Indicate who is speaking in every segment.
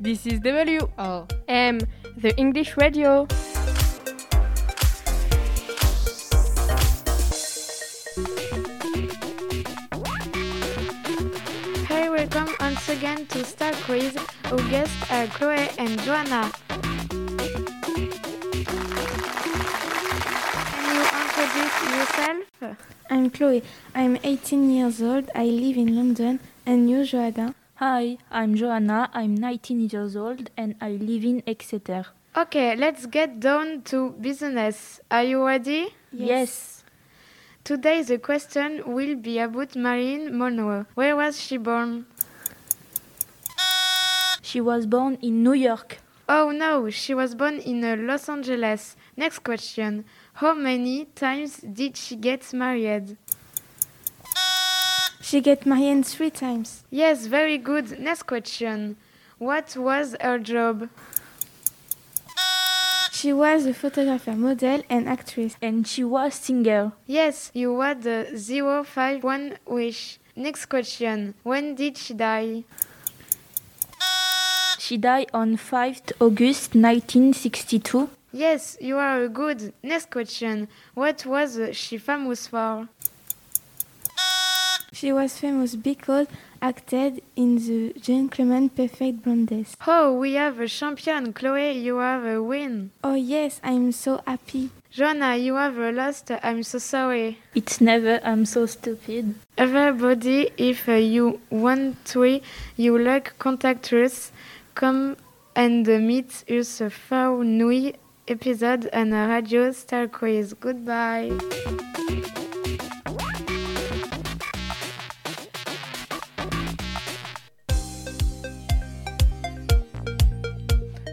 Speaker 1: This is W.
Speaker 2: Oh.
Speaker 1: M. The English Radio.
Speaker 3: Hey, welcome once again to Star Quiz. Our guests are Chloe and Joanna. Can you introduce yourself?
Speaker 4: I'm Chloe. I'm 18 years old. I live in London. And you, Joanna?
Speaker 5: Hi, I'm Joanna. I'm 19 years old and I live in Exeter.
Speaker 3: Okay, let's get down to business. Are you ready?
Speaker 5: Yes.
Speaker 3: Today the question will be about Marilyn Monroe. Where was she born?
Speaker 5: She was born in New York.
Speaker 3: Oh no, she was born in uh, Los Angeles. Next question. How many times did she get married?
Speaker 4: She get married three times.
Speaker 3: Yes, very good. Next question. What was her job?
Speaker 4: She was a photographer, model, and actress.
Speaker 5: And she was singer.
Speaker 3: Yes, you had a 051 wish. Next question. When did she die?
Speaker 5: She died on 5th August 1962.
Speaker 3: Yes, you are good. Next question. What was uh, she famous for?
Speaker 4: She was famous because acted in the Gentleman Perfect Blondes.
Speaker 3: Oh, we have a champion. Chloe, you have a win.
Speaker 4: Oh yes, I'm so happy.
Speaker 3: Joanna, you have a lost. I'm so sorry.
Speaker 5: It's never I'm so stupid.
Speaker 3: Everybody, if uh, you want to, you like contact us. Come and uh, meet us for new episode and a radio star quiz. Goodbye.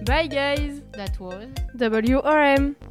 Speaker 1: Bye, guys.
Speaker 2: That was
Speaker 1: WRM.